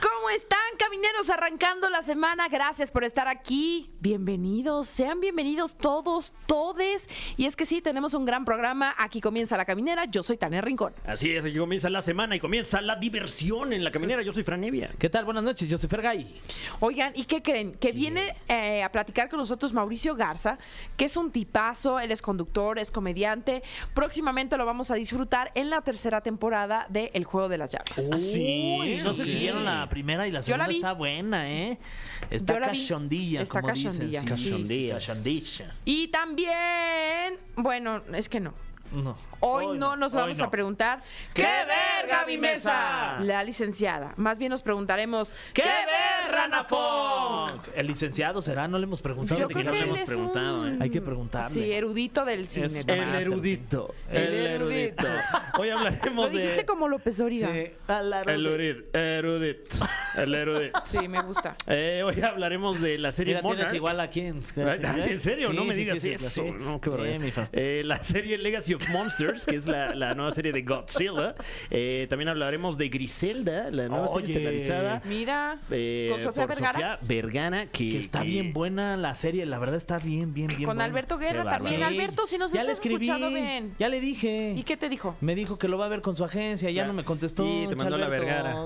¿Cómo están, camineros? Arrancando la semana, gracias por estar aquí. Bienvenidos, sean bienvenidos todos, todes. Y es que sí, tenemos un gran programa. Aquí comienza la caminera. Yo soy Tania Rincón. Así es, aquí comienza la semana y comienza la diversión en la caminera. Yo soy Franevia. ¿Qué tal? Buenas noches, yo soy Fergay. Oigan, ¿y qué creen? Que viene eh, a platicar con nosotros Mauricio Garza, que es un tipazo, él es conductor, es comediante. Próximamente lo vamos a disfrutar en la tercera temporada de El Juego de las Llaves. Uh. Uy, no sé ok. si vieron la primera y la Yo la segunda vi. está buena, ¿eh? Yo Está la vi. cachondilla, Está como cachondilla. Sí, dicen. sí, sí. Cachondilla. Y también, bueno, es que no. No. Hoy, no nos hoy vamos no. a preguntar ¿Qué ver, Gaby Mesa? La licenciada. Más bien nos preguntaremos ¿Qué ver, Rana Fong? El licenciado será, no le hemos preguntado. Yo de creo no que le él hemos es preguntado, un... ¿eh? Hay que preguntarle. Sí, erudito del cine. Es también. el erudito. El erudito. Hoy Lo hablaremos de... dijiste como López Sí, Origa. al erudito. erudito. Erudito. El erudito. Sí, me gusta. Eh, hoy hablaremos de la serie Mira, tienes Monarch. igual a quién. Ay, ay, ¿En serio? Sí, no me sí, digas sí, sí, eso. sí. No, qué Sí, barbaridad. mi Fran. Eh, la serie Legacy of Monsters, que es la, la nueva serie de Godzilla. Eh, también hablaremos de Griselda, la nueva Oye. serie estelarizada. Mira, eh, con Sofía por Vergara. Sofía Vergara, que, Que está que- bien buena la serie, la verdad está bien, bien, bien. Con buena. Alberto Qué Guerra bárbaro. también. Sí. Alberto, si nos ya le estás escribí, escuchando, ven. Ya le dije. ¿Y qué te dijo? Me dijo que lo va a ver con su agencia, ya, Ya. no me contestó. Y te mandó la Alberto. vergara.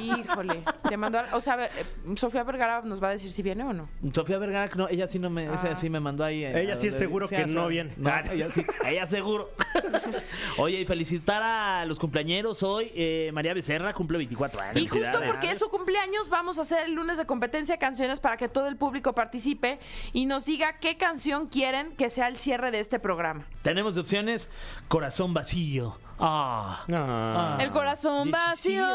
Híjole. Te mandó. a- O sea, eh, Sofía Vergara nos va a decir si viene o no. Sofía Vergara, no, ella sí no me, esa Ah. sí me mandó ahí. eh, Ella a sí es donde- seguro que a- no viene. Ah. ella sí, ella seguro. Oye, y felicitar a los cumpleañeros hoy. eh, María Becerra cumple 24 años. Y justo Felicidades. porque es su cumpleaños, vamos a hacer el lunes de competencia canciones para que todo el público participe y nos diga qué canción quieren que sea el cierre de este programa. Tenemos de opciones corazón vacío. Ah. Ah. Ah. el corazón vacío.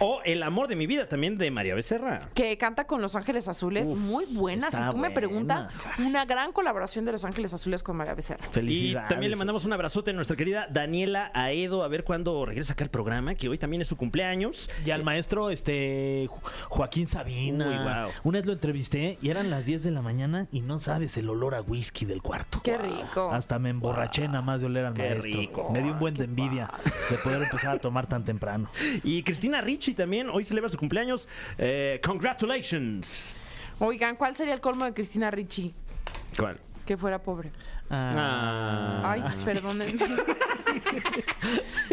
O El amor de mi vida, también de María Becerra. Que canta con Los Ángeles Azules. Uf, Muy buena. Si está tú me buena. preguntas, una gran colaboración de Los Ángeles Azules con María Becerra. Y Felicidades. también le mandamos un abrazote a nuestra querida Daniela Aedo, a ver cuándo regresa acá al programa, que hoy también es su cumpleaños. Y al maestro este Jo- Joaquín Sabina. Uy, guau. Una vez lo entrevisté y eran las 10 de la mañana y no sabes el olor a whisky del cuarto. Qué rico. Hasta me emborraché nada más de oler al Qué maestro. rico. Me dio un buen de envidia de poder empezar a tomar tan temprano. Y Cristina Ricci también, hoy celebra su cumpleaños. Eh, congratulations. Oigan, ¿cuál sería el colmo de Cristina Ricci? ¿Cuál? Que fuera pobre. Ah. Ay, perdonen.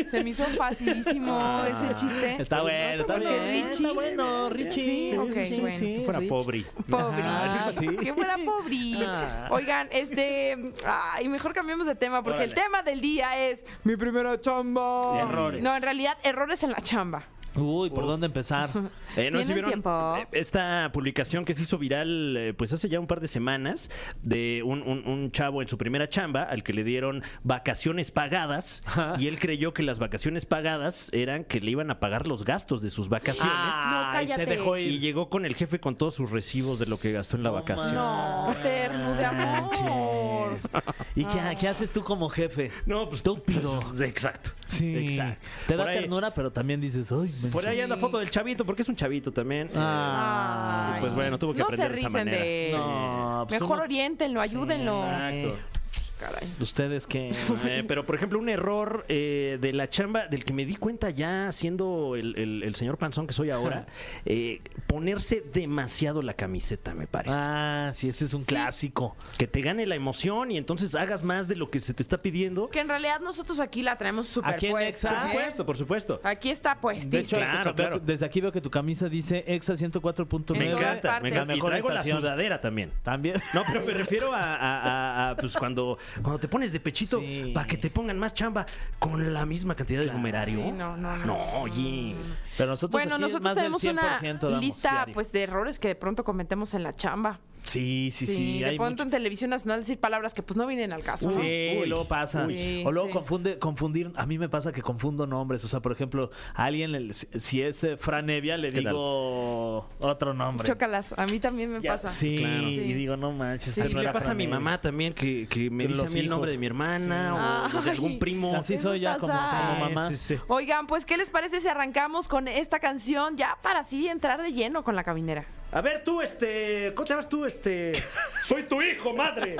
Se me hizo facilísimo ese chiste. Ah, Está bueno, está Porque bien. Richie- Está bueno, Richie. Sí, ok, bueno. Que fuera Rich. pobre. Pobre. Ajá, Ay, pues, sí. Que fuera pobre. Ah. Oigan, este. Ay, mejor cambiemos de tema porque el Órale. tema del día es. Mi primera chamba. Errores. No, en realidad, errores en la chamba. Uy, ¿por dónde empezar? Eh, ¿no ¿Tienen sí vieron, tiempo? eh, esta publicación que se hizo viral eh, pues hace ya un par de semanas de un, un- un chavo en su primera chamba al que le dieron vacaciones pagadas y él creyó que las vacaciones pagadas eran que le iban a pagar los gastos de sus vacaciones No, Ay, cállate. se dejó y ir. llegó con el jefe con todos sus recibos de lo que gastó en la vacación. No, terno de amor. Manches. ¿Y qué, qué haces tú como jefe? No, pues Estúpido. pues, Exacto. Sí. Exacto. Te da Por ahí- ternura, pero también dices, ay, me Por ahí Sí. anda foto del chavito, porque es un chavito también. Ah. Ay. Pues bueno, tuvo que no aprender se de esa risen manera. de él. No, pues Mejor uno- oriéntenlo, ayúdenlo. Exacto. Sí, caray. ¿Ustedes qué? Eh, pero, por ejemplo, un error eh, de la chamba del que me di cuenta ya siendo el, el- el señor Panzón que soy ahora, eh, ponerse demasiado la camiseta, me parece. Ah, sí, ese es un clásico. Que te gane la emoción y entonces hagas más de lo que se te está pidiendo. Que en realidad nosotros aquí la traemos súper Aquí en puesta. Exa. Por ¿eh? supuesto, por supuesto. Aquí está De puestísima. hecho, Claro, te- claro. desde aquí veo que tu camisa dice Exa 104.9. Me En todas encanta, me partes. encanta. Y La mejor traigo la estación. sudadera también. También. No, pero me refiero a, a- a- a, pues cuando, cuando te pones de pechito Sí. para que te pongan más chamba con la misma cantidad de numerario. Sí, no, no, no. No, oye. Pero nosotros Bueno, aquí nosotros más del tenemos una 100% damos lista diario. pues de errores que de pronto cometemos en la chamba. Sí, sí, sí. de hay pronto mucho- en televisión nacional decir palabras que pues no vienen al caso. ¿no? Sí, Uy. luego pasa. Uy. o luego Sí. confunde, confundir. A mí me pasa que confundo nombres. O sea, por ejemplo, a alguien, le- si- si es eh, Fran Evia, le ¿Qué tal? digo otro nombre. Chócalas, a mí también me Ya, pasa. Sí, Claro. y digo, no manches. Sí. este Pues Así no le era pasa a Fran mi Evia. mamá también, que, que me Que dice a los mí el nombre hijos. de mi hermana Sí. o de algún Ay. primo. Así soy ya como Ay, como mamá. Sí, sí. Oigan, pues, ¿qué les parece si arrancamos con esta canción ya para así entrar de lleno con la caminera? A ver, tú, este. ¿Cómo te llamas tú, este? Soy tu hijo, madre.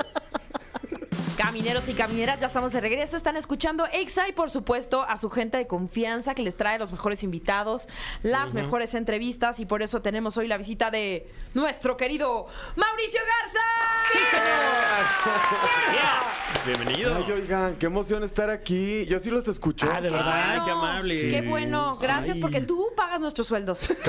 Camineros y camineras, ya estamos de regreso. Están escuchando EXA y, por supuesto, a su gente de confianza que les trae los mejores invitados, las mejores entrevistas. Y por eso tenemos hoy la visita de nuestro querido Mauricio Garza. Bienvenido. Ay, oigan, qué emoción estar aquí. Yo sí los escucho. Ah, de verdad. Ay, qué amable. Qué bueno, gracias Ay. porque tú pagas nuestros sueldos. Sí.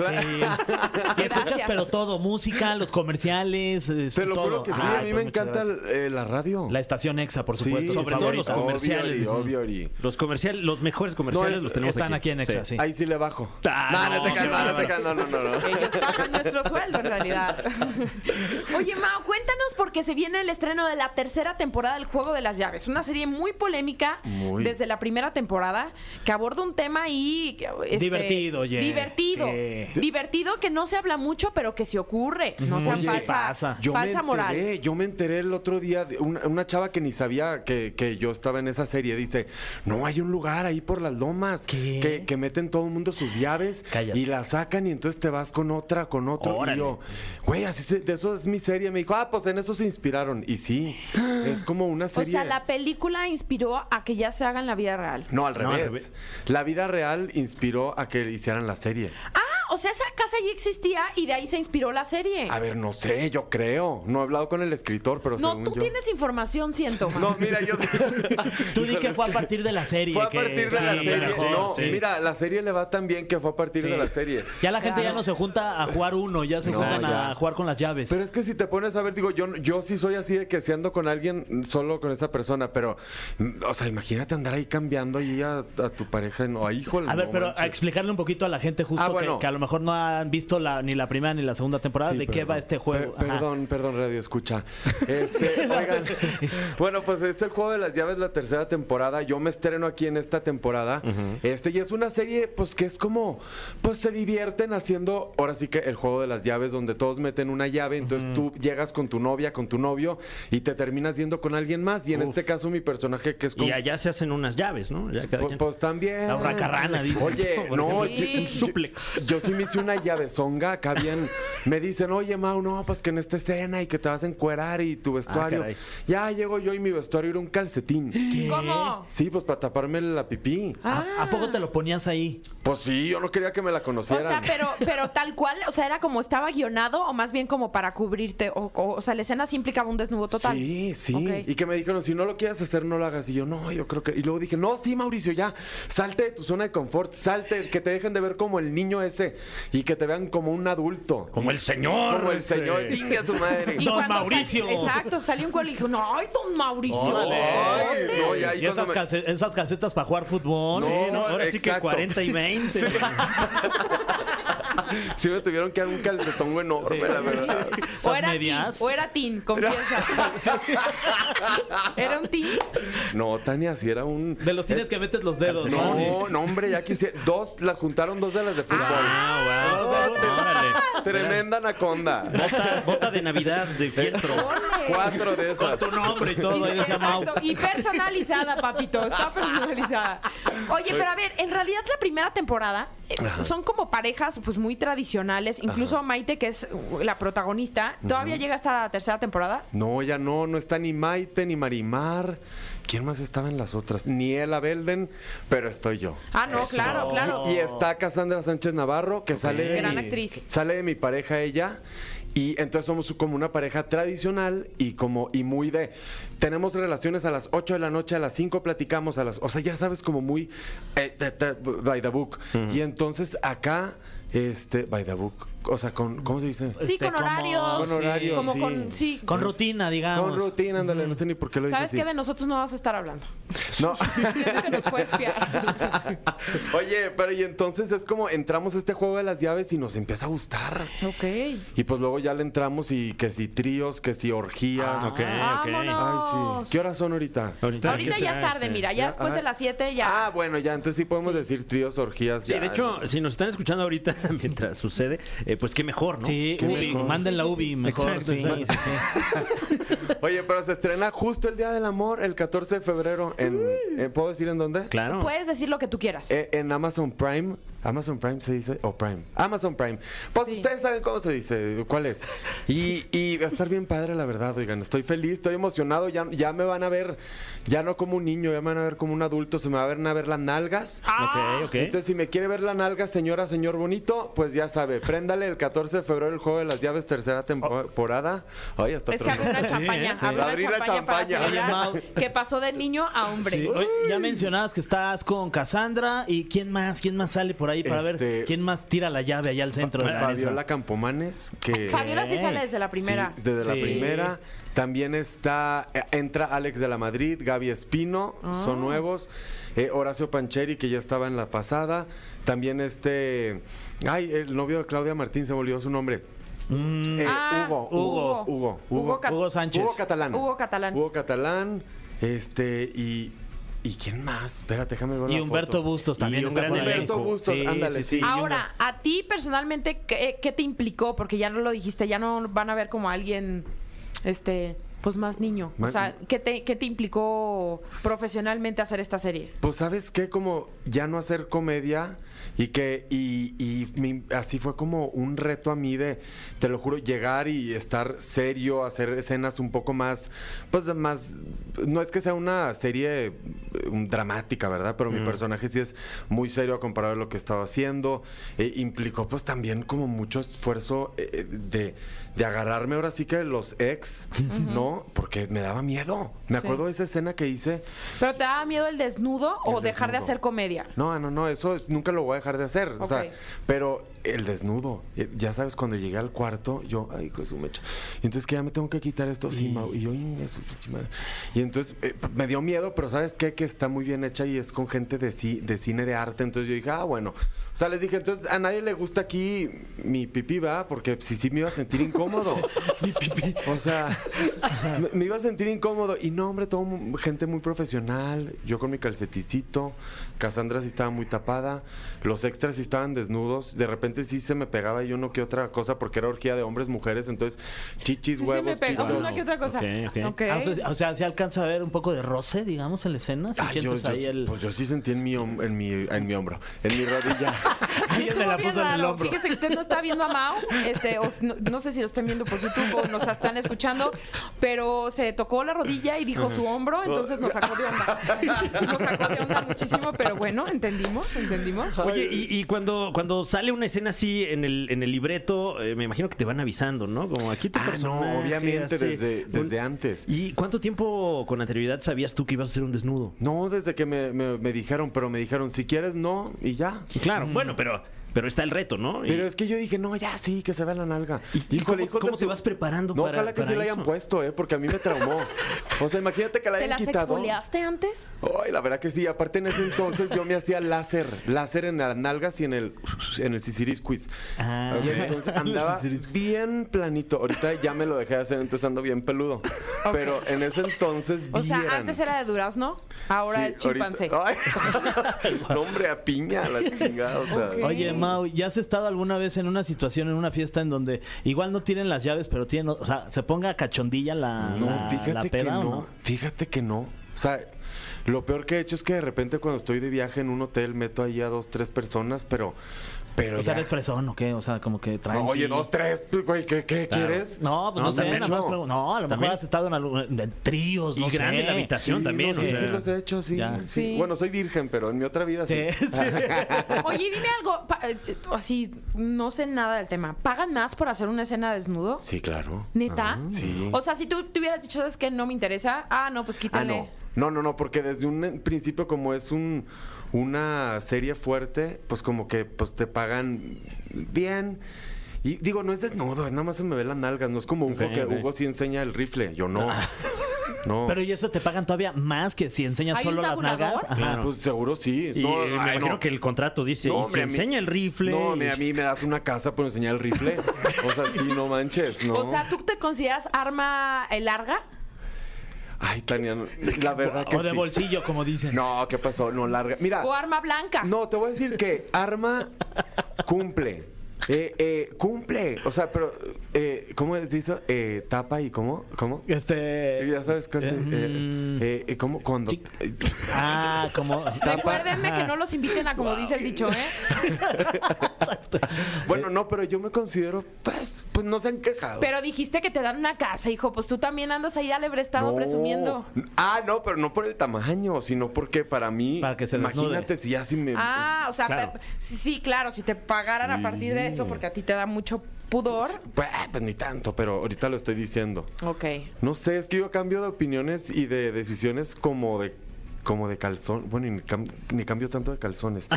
Y escuchas, Gracias. pero todo: música, los comerciales. este, Te lo juro todo. que sí, Ay, a mí pues, me muchas encanta gracias. eh, la radio. La estación EXA, por Sí, supuesto. sobre Sobre todo los Favorito, obvio, comerciales. obvio, Ori. Los comerciales, los mejores comerciales No, es- los tenemos están aquí en Exa, sí. Ahí sí le bajo. Ah, no, no, no te qué caes, no, no te bárbaro. caes, no, no, no, no. Ellos pagan nuestro sueldo en realidad. Oye, Mao, cuéntanos porque se viene el estreno de la tercera temporada del Juego de las Llaves. Una serie muy polémica Muy. desde la primera temporada que aborda un tema ahí... este, Divertido, oye. Divertido. Sí. Divertido que no se habla mucho, pero que sí ocurre. No sea Oye, falsa, pasa. Yo falsa me enteré, moral. yo me enteré el otro día de una, una chava que ni sabía que, que yo estaba en esa serie. Dice, no, hay un lugar ahí por las lomas ¿Qué? Que, que meten todo el mundo sus llaves Cállate. y las sacan y entonces te vas con otra, con otro. Órale. Y yo, güey, así se- de eso es mi serie. Me dijo, ah, pues en eso se inspiraron. Y sí, es como una O serie. sea, la película inspiró a que ya se haga en la vida real. No, al No, al revés. revés. La vida real inspiró a que hicieran la serie. Ah, o sea, esa casa ya existía y de ahí se inspiró la serie. A ver, no sé, yo creo. No he hablado con el escritor, pero no, según tú yo. tienes información, siento, Mao. No, mira, yo. Tú di que fue a partir de la serie. Fue a que- partir de la sí, serie. mejor, no, sí. mira, la serie le va tan bien que fue a partir Sí. de la serie. Ya la gente ya no se junta a jugar uno, ya se No, juntan ya. a jugar con las llaves. Pero es que si te pones a ver, digo, yo, yo sí soy así de que si ando con alguien, solo con esa persona, pero, mm, o sea, imagínate andar ahí cambiando ahí a, a tu pareja, no, ay, híjole. a ver, no pero manches. a explicarle un poquito a la gente justo Ah, que- bueno. que, a lo mejor no han visto la- ni la primera ni la segunda temporada Sí, de qué perdón. va este juego. Per- Ajá. perdón, perdón, radio, escucha. Este, oigan, bueno, pues es el juego de las llaves, la tercera temporada. Yo me estreno aquí en esta temporada. Este, y es una serie, pues, que es como, pues se divierten haciendo, ahora sí que el juego de las llaves, donde todos meten una llave, entonces tú llegas con tu novia, con tu novio, y te terminas yendo con alguien más. Y en este caso, mi personaje, que es como. Y allá se hacen unas llaves, ¿no? Ya cada Pues, quien. pues, también. La hurracarrana, dice. Oye, Por no, ejemplo, yo- un suplex. yo sí me hice una llave zonga acá bien. Me dicen, oye, Mau, no, pues que en esta escena y que te vas a encuerar y tu vestuario. Ah, caray. ya llego yo y mi vestuario era un calcetín. ¿Cómo? Sí, pues para taparme la pipí. ¿A, a poco te lo ponías ahí? Pues sí, yo no quería que me la O conocieran. sea, pero, pero tal cual, o sea, era como estaba guionado o más bien como para cubrirte, o, o, o sea, la escena sí implicaba un desnudo total. Sí, sí. Ok. Y que me dijeron, si no lo quieres hacer, no lo hagas. Y yo, no, yo creo que. Y luego dije, no, sí, Mauricio, ya. Salte de tu zona de confort. Salte, que te dejen de ver como el niño ese y que te vean como un adulto. Como el señor. Como el señor. Chingue a su madre. Y Don cuando sal- Mauricio. exacto, salió un cuerno y dije, no, ay, don Mauricio. Órale. Ay, no, y ahí Y esas, cuando me- calce- esas calcetas para jugar fútbol. No, Sí, no, ahora sí que exacto. 40 y 20. Sí me tuvieron que dar un calcetón güey, enorme, la verdad. Esas O era medias. teen, o era teen, confiesa. era un teen. No, Tania, si era un... De los tienes que metes los dedos, ¿no? No, no, hombre, ya quisiera... Dos, la juntaron dos de las de fútbol. Ah, wow. Dos de- Órale. Tremenda anaconda. Bota, bota de Navidad de fieltro. Órale. Cuatro de Con esas. tu nombre y todo. Ahí Y- decía Mau. Exacto, y personalizada, papito, está personalizada. Oye, pero a ver, en realidad la primera temporada eh, son como parejas pues muy tradicionales, incluso Maite, que es uh, la protagonista, todavía llega hasta la tercera temporada. No, ya no, no está ni Maite ni Marimar. ¿Quién más estaba en las otras? Ni Ella Belden, pero estoy yo. Ah, no, claro, claro. Y está Cassandra Sánchez Navarro, que sale de Gran mi- actriz. Sale de mi pareja ella. Y entonces somos como una pareja tradicional y como y muy de tenemos relaciones a las 8 de la noche, a las 5 platicamos, a las, o sea, ya sabes como muy eh, te- te- by the book. Y entonces acá este by the book, o sea, con ¿cómo se dice? Sí, Este, con como- horarios. Con horarios, Como sí. con, sí. Con rutina, digamos. Con rutina, ándale, no sé ni por qué lo dije ¿Sabes así. qué? De nosotros no vas a estar hablando. No. Siento que nos fue espiar. Oye, Oye, pero y entonces es como entramos a este juego de las llaves y nos empieza a gustar. Ok. Y pues luego ya le entramos y que si tríos, que si orgías. Ah, Ok, ok. Ay, sí. ¿Qué horas son ahorita? Ahorita ya es tarde, mira, ya después de ajá. las 7 Ah, ya. bueno, ya, entonces sí podemos decir tríos, orgías. Sí, ya. de hecho, si nos están escuchando ahorita mientras sucede, eh, pues qué mejor, ¿no? Sí, Qué Ubi, mejor. manden la Ubi mejor. Exacto, sí, exacto. sí, sí. Oye, pero se estrena justo el Día del Amor, el 14 de febrero, en... eh, ¿Puedo decir en dónde? Claro. Puedes decir lo que tú quieras. Eh, en Amazon Prime. ¿Amazon Prime se dice? ¿O Prime? Amazon Prime. Pues ustedes saben cómo se dice, cuál es. Y, y va a estar bien padre, la verdad, oigan. Estoy feliz, estoy emocionado. Ya, ya me van a ver, ya no como un niño, ya me van a ver como un adulto. Se me van a ver las nalgas. Ah, Ok, ok. Entonces, si me quiere ver la nalga, señora, señor bonito, pues ya sabe. Préndale el 14 de febrero el juego de las llaves, tercera tempo- temporada. Ay, hasta es que abre una champaña, abre una ¿eh? Abrir la champaña, champaña. para celebrar Oye, que pasó de niño a hombre. Sí, oye, ya mencionabas que estás con Cassandra y quién más, quién más sale por ahí para ver Este- quién más tira la llave allá al centro de la mesa. Fabiola Campomanes, que... Fabiola sí sale desde la primera. Sí, desde Sí. la primera. También está, eh, entra Alex de la Madrid, Gaby Espino, Ah. son nuevos. Eh, Horacio Pancheri, que ya estaba en la pasada. También este, ay, el novio de Claudia Martín, se me olvidó su nombre. Eh, Ah, Hugo, Hugo. Hugo, Hugo, Hugo, Cat- Mm. Hugo Sánchez. Hugo Catalán. Hugo Catalán. Hugo Catalán, este, y, ¿y quién más? Espérate, déjame ver Y la Humberto foto. Bustos también. Y un está gran por ahí. elenco. Humberto Bustos, ándale. y un gran- Ahora, a ti personalmente, ¿qué, qué te implicó? Porque ya no lo dijiste, ya no van a ver como alguien, este, pues más niño. O Ma- sea, ¿qué te, qué te implicó profesionalmente hacer esta serie? Pues sabes qué, como ya no hacer comedia y que y, y mi- así fue como un reto a mí de, te lo juro, llegar y estar serio, hacer escenas un poco más, pues más, no es que sea una serie eh, um, dramática, ¿verdad? Pero mi personaje sí es muy serio a comparar a lo que estaba haciendo. Eh, implicó pues también como mucho esfuerzo eh, eh, de, de agarrarme ahora sí que de los ex, ¿no? Porque me daba miedo. Me Sí. acuerdo de esa escena que hice. ¿Pero te daba miedo el desnudo o El dejar de desnudo. hacer comedia? No, no, no, eso es- nunca lo voy a dejar de hacer. O sea, Ok. pero el desnudo. eh, Ya sabes, cuando llegué al cuarto, yo, ay, hijo de su mecha. Y entonces que ya me tengo que quitar esto sí, Mau. Y yo, "Inga su f- madre". y entonces eh, p- me dio miedo, pero ¿sabes qué? Que está muy bien hecha y es con gente de, ci- de cine de arte. Entonces yo dije, ah, bueno. O sea, les dije, entonces a nadie le gusta aquí mi pipí, va, porque si sí me iba a sentir incómodo. mi pipí. O sea, me, me iba a sentir incómodo. Y no, hombre, todo mu- gente muy profesional. Yo con mi calceticito. Cassandra sí estaba muy tapada. Los extras sí estaban desnudos. De repente sí se me pegaba y uno que otra cosa porque era orgía de hombres, mujeres. Entonces, chichis, Sí, sí, me huevos, pegó pitos. una que otra cosa. Ok, ok. Ok. Ah, o sea, o sea, ¿se alcanza a ver un poco de roce, digamos, en la escena? Si Ay, Ah, yo, sientes yo ahí sí- el... Pues yo sí sentí en mi, hom- en mi, en mi hombro, en mi rodilla. Ah, Sí, Alguien me estuvo la bien puso en el raro. hombro. Fíjese que usted no está viendo a Mao, este, o s- no, no sé si lo están viendo por YouTube o nos están escuchando, pero se tocó la rodilla y dijo su hombro, entonces nos sacó de onda. Nos sacó de onda muchísimo, pero bueno, entendimos, entendimos. Oye, y, y cuando, cuando sale una escena así en el, en el libreto, eh, me imagino que te van avisando, ¿no? Como aquí tu Ah, personaje no, obviamente, hace desde, un- desde antes. ¿Y cuánto tiempo con anterioridad sabías tú que ibas a hacer un desnudo? No, desde que me, me- me dijeron, pero me dijeron, si quieres, no, y ya. Claro, Mm. bueno, pero, pero está el reto, ¿no? Y- Pero es que yo dije, no, ya sí, que se vea la nalga. ¿Y- y cómo- hijos de cómo te vas preparando no, para- ojalá que para sí la hayan eso? puesto, ¿eh? Porque a mí me traumó. o sea, imagínate que la ¿Te hayan las quitado. exfoliaste antes? Ay, la verdad que sí. Aparte, en ese entonces yo me hacía láser. Láser en las nalgas y en el, en el sisirisquis. Ah, y entonces andaba bien planito. Ahorita ya me lo dejé de hacer, entonces ando bien peludo. Pero en ese entonces O sea, vieran. antes era de durazno, ahora Sí, es chimpancé. ahorita- Ay, no, hombre, a piña, la chingada. O sea, Ok. Oye, Mau, ¿ya has estado alguna vez en una situación, en una fiesta en donde igual no tienen las llaves, pero tienen, o sea, se ponga cachondilla la, No, la- fíjate la que peda no, o Fíjate que no. O sea, lo peor que he hecho es que de repente cuando estoy de viaje en un hotel meto ahí a dos, tres personas, pero. pero O sea, ya. ¿eres fresón o qué? O sea, como que No, traen... oye, dos, tres, pues, güey, ¿qué, qué Claro. quieres? No, pues no, No, sé, también nada no. más pregun- No, a lo También. mejor has estado en, algún- en tríos, Y no grande sé. la habitación Sí, también, no, o sí, sea. sí los he hecho, sí, Ya. sí. Sí. Bueno, soy virgen, pero en mi otra vida sí. Sí, Oye, dime algo, pa- eh, así, no sé nada del tema. ¿Pagan más por hacer una escena desnudo? Sí, claro. ¿Neta? sí. O sea, si tú te hubieras dicho, ¿sabes qué? No me interesa. Ah, no, pues Ah, quítale. no. No, no, no, porque desde un eh, principio, como es un, una serie fuerte, pues como que pues te pagan bien. Y digo, no es desnudo, nada más se me ve las nalgas, no es como Hugo Ok, Ah. que ok. Hugo sí enseña el rifle, yo no. No. Pero y eso te pagan todavía más que si enseñas ¿Hay solo un las tabulador? nalgas. Ajá. Claro. Pues seguro sí. Y, No, eh, me ay, imagino no. que el contrato dice, No, y hombre, se a mí- enseña el rifle. No, y- mira, a mí me das una casa por enseñar el rifle. O sea, sí, no manches, ¿no? O sea, ¿tú te consideras arma eh, larga? Ay, Tania, no, la verdad que O de sí. bolsillo, como dicen. No, ¿qué pasó? No, larga. Mira, ¿O arma blanca? Ah, no, te voy a decir que arma cumple. Eh, eh, cumple. O sea, pero, eh, ¿cómo es dicho? Eh, tapa y cómo, ¿cómo? Este. Ya sabes, cuál es, eh, mm. eh, eh, ¿cómo? Cuando. Sí. Ah, como. Recuérdenme Ajá. que no los inviten a como dice el dicho, ¿eh? Exacto. Bueno, no, pero yo me considero, pues, pues no se han quejado. Pero dijiste que te dan una casa, hijo. Pues tú también andas ahí alebrestado No. presumiendo. Ah, no, pero no por el tamaño, sino porque para mí. Para que se desnude. Imagínate si ya si me. Ah, o sea, Claro. pe- sí, sí, claro, si te pagaran a partir de eso, porque a ti te da mucho pudor. Pues, pues, ni tanto, pero ahorita lo estoy diciendo. Ok. No sé, es que yo cambio de opiniones y de decisiones como de como de calzón. Bueno, y ni, cam- ni cambio tanto de calzones.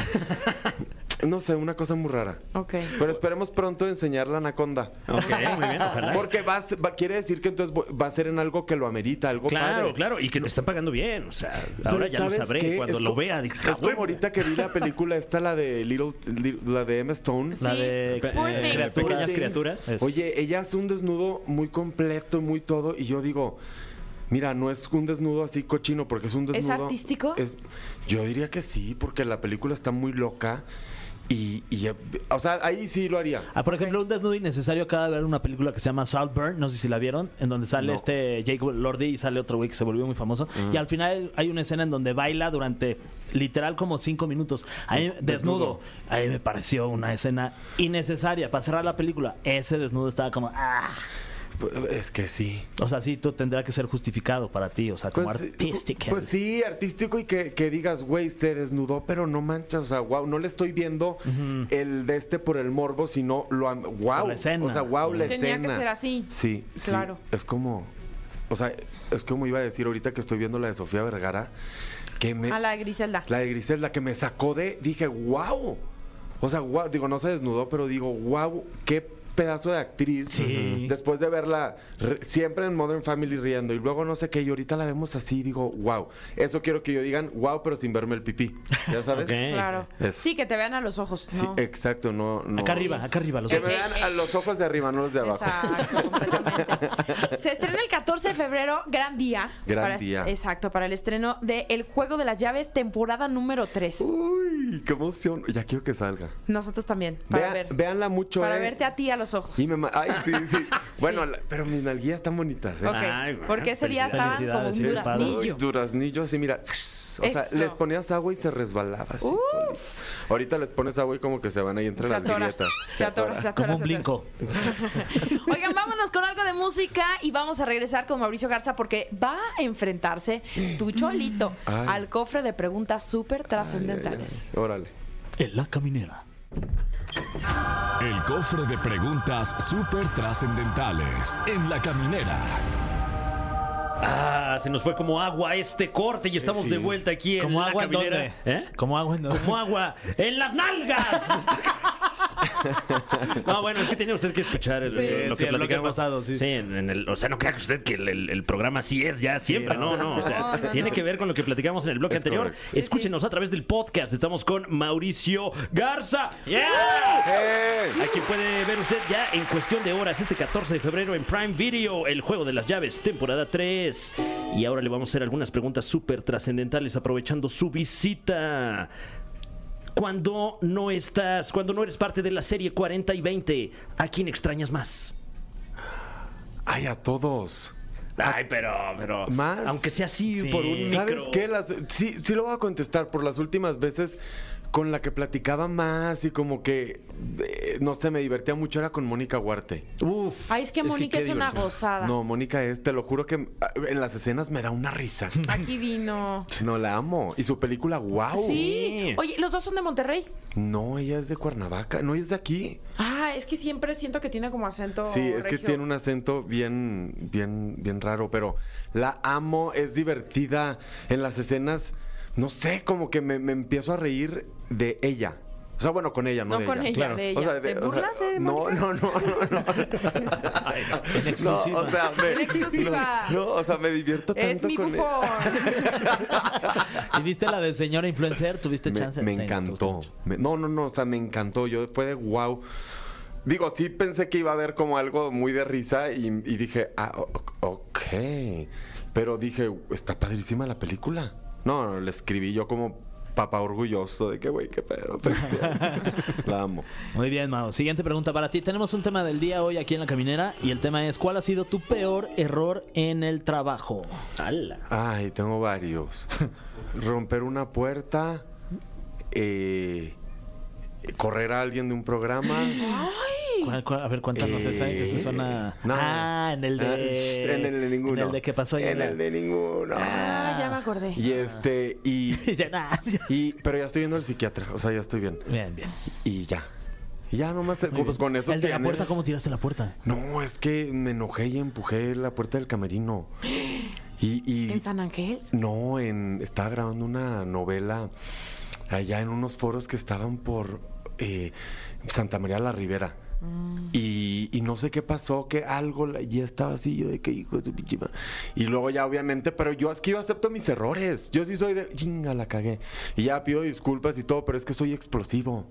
no sé, una cosa muy rara. Ok. Pero esperemos pronto enseñar la anaconda. Ok, muy bien, ojalá. Porque va, a ser- va- quiere decir que entonces vo- va a ser en algo que lo amerita, algo Claro, pues, padre. claro, y que te están pagando bien. O sea, Pero ahora ya lo ¿sabes sabré. qué? Cuando Es lo co- vea, dije, "Ah, Es como huevo". ahorita que vi la película esta, la de Little, Little- la de M. Stone. La Sí, de Poor eh, Things. Criaturas. Pequeñas criaturas. Es- Oye, ella hace un desnudo muy completo, muy todo, y yo digo, mira, no es un desnudo así cochino, porque es un desnudo. artístico? es- yo diría que sí, porque la película está muy loca. Y, y, eh, o sea, ahí sí lo haría. Ah, por ejemplo, un desnudo innecesario acaba de ver una película que se llama Saltburn, no sé si la vieron, en donde sale No. este Jake Lordy y sale otro güey que se volvió muy famoso. Y al final hay una escena en donde baila durante literal como cinco minutos. Ahí, desnudo. Desnudo. Ahí me pareció una escena innecesaria para cerrar la película. Ese desnudo estaba como, ah. Es que sí. O sea, sí, tú tendrá que ser justificado para ti, o sea, como sí, artístico. pues sí, artístico y que, que digas, güey, se desnudó, pero no manchas, o sea, wow, no le estoy viendo el de este por el morbo, sino lo am- wow, la escena. o sea, wow, la Tenía escena. que ser así. Sí, sí, Claro. es como o sea, es como iba a decir ahorita que estoy viendo la de Sofía Vergara, que me A la de Griselda. la de Griselda que me sacó de dije, wow. O sea, wow, digo, no se desnudó, pero digo, wow, qué pedazo de actriz. Sí. Después de verla re- siempre en Modern Family riendo y luego no sé qué, y ahorita la vemos así, digo, wow. Eso quiero que yo digan, wow, pero sin verme el pipí. ¿Ya sabes? Ok. Claro. Es- Sí, que te vean a los ojos. Sí, ¿no? exacto, no, no. Acá arriba, acá arriba, los Que me ojos. vean a los ojos de arriba, no los de abajo. Exacto, completamente. Se estrena el 14 de febrero, gran día. Gran Para- día. Exacto, para el estreno de El Juego de las Llaves, temporada número 3. Uh. Uy, qué emoción. Ya quiero que salga. Nosotros también, para Vean- ver. Véanla mucho. para eh. verte a ti a los ojos. Y me ma- Ay, sí, sí. Bueno, Sí. la- pero mis nalguillas están bonitas, ¿eh? Ok, Ay, bueno, porque ese día felicidades, estaban como un felicidades, padre. Ay, duraznillo. duraznillo así, mira. O sea, Eso. les ponías agua y se resbalaba así. Uf. solito. Ahorita les pones agua y como que se van ahí entre Se las atora, grietas. se atora, se atora. Como un se atora. blinco. Oigan, vámonos con algo de música y vamos a regresar con Mauricio Garza porque va a enfrentarse tu cholito Ay. al cofre de preguntas súper Ay, ay, ay. trascendentales. Órale. En la caminera. El cofre de preguntas súper trascendentales en la caminera. Ah, se nos fue como agua este corte y estamos Sí. de vuelta aquí en Como la agua en caminera. dónde? ¿Eh? Como agua en dónde? Como agua en las nalgas. No, bueno, es que tenía usted que escuchar el- Sí, lo sí, que el bloque platicamos. pasado, sí. en, en el, o sea, no crea que usted que el, el- el programa sí es ya siempre, Sí, no, no, o sea, No, no, tiene no. que ver con lo que platicamos en el bloque Es anterior. correcto. sí. Escúchenos a través del podcast. Estamos con Mauricio Garza. ¡Eh! A quien puede ver usted ya en cuestión de horas, este 14 de febrero en Prime Video, el juego de las llaves, temporada 3. Y ahora le vamos a hacer algunas preguntas súper trascendentales aprovechando su visita. Cuando no estás, cuando no eres parte de la serie 40 y 20, ¿a quién extrañas más? Ay, a todos. Ah, Ay, pero, pero. ¿Más? Aunque sea así Sí. por un ¿Sabes micro. qué? Las, sí, sí lo voy a contestar por las últimas veces con la que platicaba más y como que, eh, no sé, me divertía mucho, era con Mónica Huarte. Uf. Ay, es que Mónica qué es una diversión. gozada. No, Mónica es, te lo juro que ah, en las escenas me da una risa. Aquí vino. No, la amo. Y su película, wow. Sí. Sí. Oye, los dos son de Monterrey. No, ella es de Cuernavaca, no ella es de aquí. Ah, es que siempre siento que tiene como acento. Sí, es que regio. tiene un acento bien, bien, bien raro, pero la amo, es divertida en las escenas. No sé, como que me, me empiezo a reír de ella. O sea, bueno, con ella, no, No de con ella, Claro. de ella. ¿Te burlas, eh, de no, Mónica? no, no, no, no. Ay, en No, exclusiva. o sea, me, En exclusiva. No, no, o sea, me divierto tanto Es mi con ella. bufón. ¿Y viste la de señora influencer? ¿Tuviste Me- Este chance? Me, Te- te gustó encantó. mucho. Me- no, no, no, o sea, me encantó. Yo fue de wow. Digo, sí pensé que iba a haber como algo muy de risa y, y dije, ah, o- ok. Pero dije, está padrísima la película. No, no, le escribí yo como papá orgulloso de que, güey, qué pedo. felicidades. la amo. Muy bien, Mao. Siguiente pregunta para ti. Tenemos un tema del día hoy aquí en La Caminera y el tema es ¿cuál ha sido tu peor error en el trabajo? ¡Hala! Ay, tengo varios. Romper una puerta, eh, correr a alguien de un programa. ¿Cuál- cuál- a ver, cuéntanos Eh, esa que se suena... no. Ah, en el Ah, de... sh- en el de ninguno. En el de que pasó ayer. En el de ninguno. Ah, ya me acordé. Y este, y, Ya, nah. y- Pero ya estoy yendo al psiquiatra, o sea, ya estoy bien. Bien, bien. Y ya. Y ya nomás, Muy bien. pues con eso ¿El de la tienes. puerta? ¿Cómo tiraste la puerta? No, es que me enojé y empujé la puerta del camerino. Y. y- pues, ¿En San Ángel? No, en, estaba grabando una novela allá en unos foros que estaban por eh, Santa María la Ribera. Mm. Y, y no sé qué pasó, que algo la- ya estaba así, yo de que hijo de su pinche ma-". Y luego ya, obviamente, pero yo es que yo acepto mis errores. Yo sí soy de, chinga, la cagué. Y ya pido disculpas y todo, pero es que soy explosivo.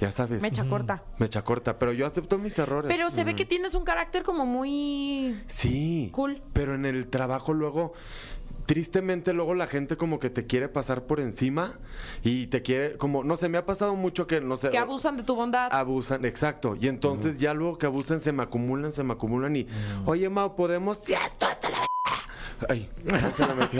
Ya sabes. Mecha corta. Mecha corta, pero yo acepto mis errores. Pero se ve que tienes un carácter como muy... Sí. Cool. Pero en el trabajo luego, tristemente luego la gente como que te quiere pasar por encima y te quiere, como, no sé, me ha pasado mucho que, no sé... Que o- abusan de tu bondad. Abusan, exacto. Y entonces ya luego que abusan se me acumulan, se me acumulan y, oye, Mao, podemos... "Sí, esto hasta la... Ay, se la metí.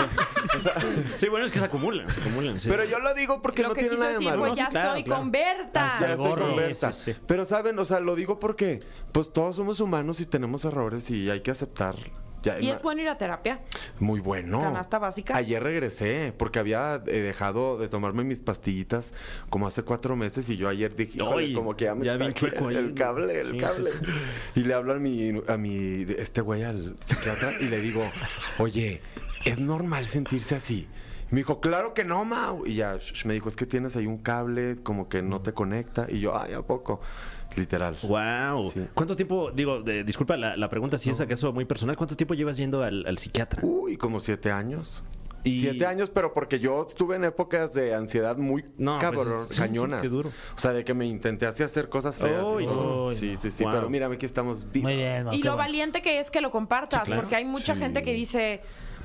Sí, bueno, es que se acumulan, se acumulan. sí. Pero yo lo digo porque Lo no que tiene quiso nada de decir malo. fue, No, sí, ya claro, estoy claro. con Berta. Ya estoy gorro. con Berta. Sí, sí, sí. Pero saben, o sea, lo digo porque pues todos somos humanos y tenemos errores y hay que aceptar. Ya, Y ma- es bueno ir a terapia. Muy bueno. Canasta básica. Ayer regresé porque había eh, dejado de tomarme mis pastillitas como hace cuatro meses y yo ayer dije, "Híjole, Ay, como que ya me ya está bien chueco aquí ahí. el cable, el Sí, sí, cable. sí. Y le hablo a mi, a mi, este güey al psiquiatra y le digo, oye, ¿es normal sentirse así? Y Me dijo, claro que no, Mau. Y ya sh- sh, me dijo, es que tienes ahí un cable como que Mm. no te conecta. Y yo, ay, ¿a poco? Literal. Wow. Sí. ¿Cuánto tiempo, digo, de- disculpa la, la pregunta si es acaso muy personal, ¿cuánto tiempo llevas yendo al, al psiquiatra? Uy, como siete años. Y- Siete años, pero porque yo estuve en épocas de ansiedad muy No, pues, cabrón, sí, sí, cañonas. qué duro. O sea, de que me intenté así hacer cosas feas. y Ay, todo. no. sí, sí, sí. Wow. Pero mírame que estamos vivos. Muy bien, Mao, Y qué lo bueno. valiente que es que lo compartas, Sí, claro. porque hay mucha Sí. gente que dice,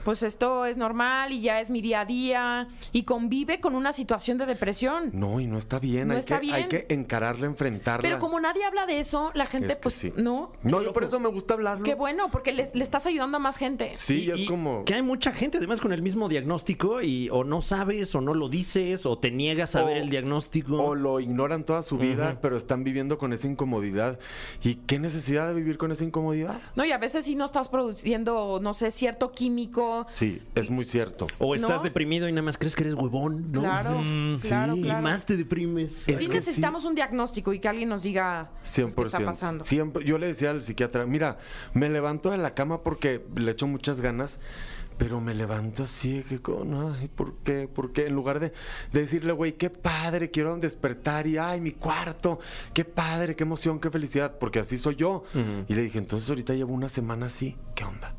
pues esto es normal y ya es mi día a día, y convive con una situación de depresión. No, y no está bien. No hay, está que, hay bien. que encararla, enfrentarla. Pero como nadie habla de eso, la gente Es que pues sí. no. No, yo por eso me gusta hablarlo. Qué bueno, porque les- le estás ayudando a más gente. Sí, Y- es y como. Que hay mucha gente además con el mismo diagnóstico y o no sabes o no lo dices o te niegas a O- ver el diagnóstico. O lo ignoran toda su vida, Ujú. pero están viviendo con esa incomodidad. ¿Y qué necesidad de vivir con esa incomodidad? No, y a veces sí no estás produciendo, no sé, cierto químico. Sí, es muy cierto. O estás ¿No? deprimido y nada más crees que eres huevón, ¿no? Claro, claro, Y claro. más te deprimes. Es Sí que necesitamos un diagnóstico y que alguien nos diga pues, 100%. qué está pasando. Siempre, yo le decía al psiquiatra, mira, me levanto de la cama porque le echo muchas ganas, pero me levanto así, de que con, ay, ¿por qué? ¿Por qué? En lugar de, de decirle, güey, qué padre, quiero despertar y, ay, mi cuarto, qué padre, qué emoción, qué felicidad, porque así soy yo. Y le dije, entonces ahorita llevo una semana así, ¿qué onda?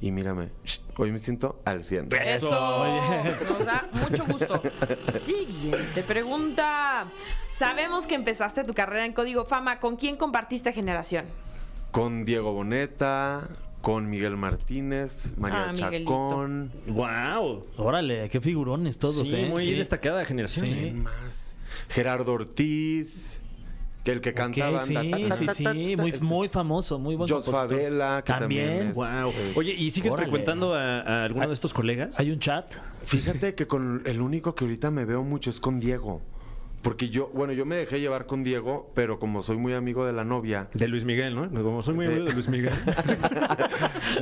Y mírame, hoy me siento al 100. Pues. Eso. Nos da mucho gusto. Siguiente pregunta. Sabemos que empezaste tu carrera en Código Fama. ¿Con quién compartiste generación? Con Diego Boneta, con Miguel Martínez, María Ah, Miguelito. Chacón, Wow. Órale, qué figurones todos, sí, ¿eh? muy Sí. destacada generación. Sí. ¿eh? ¿Quién más? Gerardo Ortiz, que el que Ok, canta banda. sí, Ta, ta, sí, ta, sí, ta, ta, muy, este, muy famoso, muy buen Jos compositor. Favela, que también es- Wow. Oye, ¿y sigues Órale. frecuentando a, a alguno de estos colegas? Hay un chat. Fíjate que con el único que ahorita me veo mucho es con Diego. Porque yo, bueno, yo me dejé llevar con Diego, pero como soy muy amigo de la novia. De Luis Miguel, ¿no? Como soy muy amigo de Luis Miguel.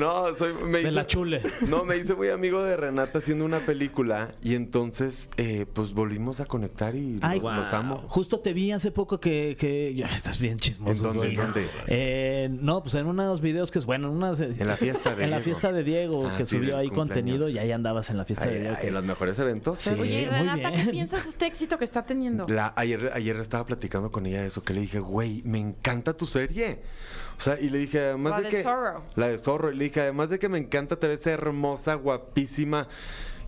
no, soy. Me De hice- la chule. No, me hice muy amigo de Renata haciendo una película y entonces, eh, pues volvimos a conectar y Ay, los, los guau. amo. Justo te vi hace poco que, que- ya estás bien chismoso. ¿En dónde, soy, en ¿no? dónde? Eh, no, pues en unos videos que es bueno, en unas En la fiesta de en la Diego. fiesta de Diego Ah, que sí, subió del ahí contenido cumpleaños. y ahí andabas en la fiesta Ay, de Diego. ay, que- los mejores eventos. Este, Sí. ¿eh? Oye, y muy Renata, ¿qué bien. piensas de este éxito que está teniendo? Claro. La- ayer, ayer estaba platicando con ella de eso, que le dije, güey, me encanta tu serie. O sea, y le dije, además La de, de que. Zorro. La de Zorro. Y le dije, además de que me encanta, te ves hermosa, guapísima.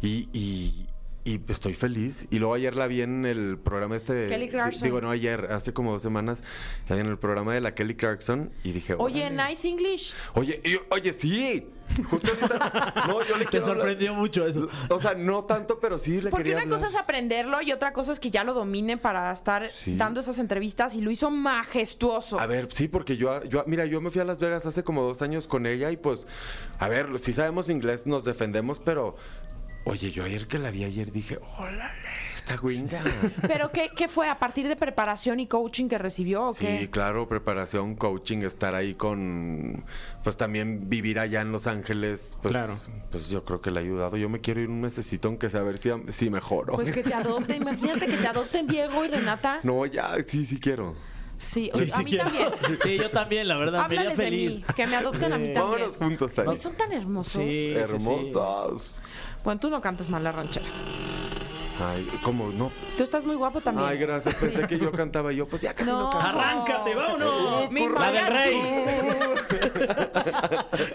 Y. y y estoy feliz. Y luego ayer la vi en el programa este. de- Kelly Clarkson. Digo, no, ayer, hace como dos semanas, en el programa de la Kelly Clarkson. Y dije, Oye, "Órale". nice English. Oye, y- oye, sí. Justo ahorita. No, yo le Te quiero hablar- sorprendió mucho eso. O sea, no tanto, pero sí le Porque quería una hablar. cosa es aprenderlo y otra cosa es que ya lo domine para estar Sí. dando esas entrevistas y lo hizo majestuoso. A ver, sí, porque yo, yo, mira, yo me fui a Las Vegas hace como dos años con ella y pues, a ver, si sabemos inglés, nos defendemos, pero, oye, yo ayer que la vi ayer dije, órale, esta gringa. Pero ¿qué, qué fue a partir de preparación y coaching que recibió o qué? Sí, claro, preparación, coaching, estar ahí con, pues también vivir allá en Los Ángeles, pues, Claro. pues yo creo que le ha ayudado. Yo me quiero ir un mesecito, aunque sea a ver si, si mejoro. Pues que te adopten, imagínate que te adopten Diego y Renata. No, ya, sí, sí quiero. Sí, Sí, a sí mí quiero. también. Sí, yo también, la verdad. me haría Háblales de feliz. mí, que me adopten a mí Sí. también. Vámonos juntos, Tania. Ay, son tan hermosos. Sí, sí, sí. Hermosos. Bueno, tú no cantas mal las rancheras. Ay, ¿cómo no? Tú estás muy guapo también. Ay, gracias. Pensé que yo cantaba y yo, pues ya casi No. no, canto. ¡Arráncate, vámonos! Mi La del mariachi. rey.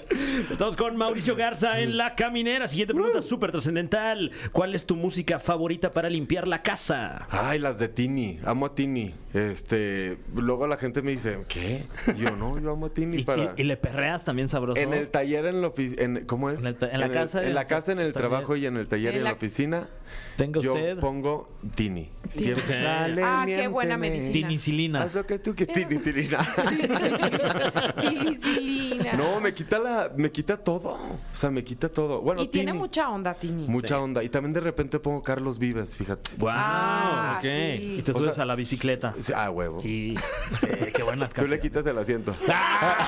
Estamos con Mauricio Garza Mm. en La Caminera. Siguiente pregunta Uh. súper trascendental. ¿Cuál es tu música favorita para limpiar la casa? Ay, las de Tini. Amo a Tini. Este, luego la gente me dice, ¿qué? Yo no, yo amo a Tini Y, para. y- y le perreas también sabroso. En el taller, en la oficina. ¿Cómo es? En el ta- en la el- casa, en en la el casa, en el taller. trabajo y en el taller En y en la la- oficina. Tenga yo usted pongo Tini. Siempre. Dale, Ah, qué buena miénteme. medicina. tinicilina. Haz lo que tú que Tini, Tilicilina. No, me quita la, me quita todo. O sea, me quita todo. Bueno, y tiene Tini. mucha onda, Tini. Mucha onda. Y también de repente pongo Carlos Vives, fíjate. ¡Wow! Ah, ok. Y sí. te O subes sea- a la bicicleta. Sí, Ah, huevo. Y Sí, qué buenas Tú le canciones. quitas el asiento. Ah,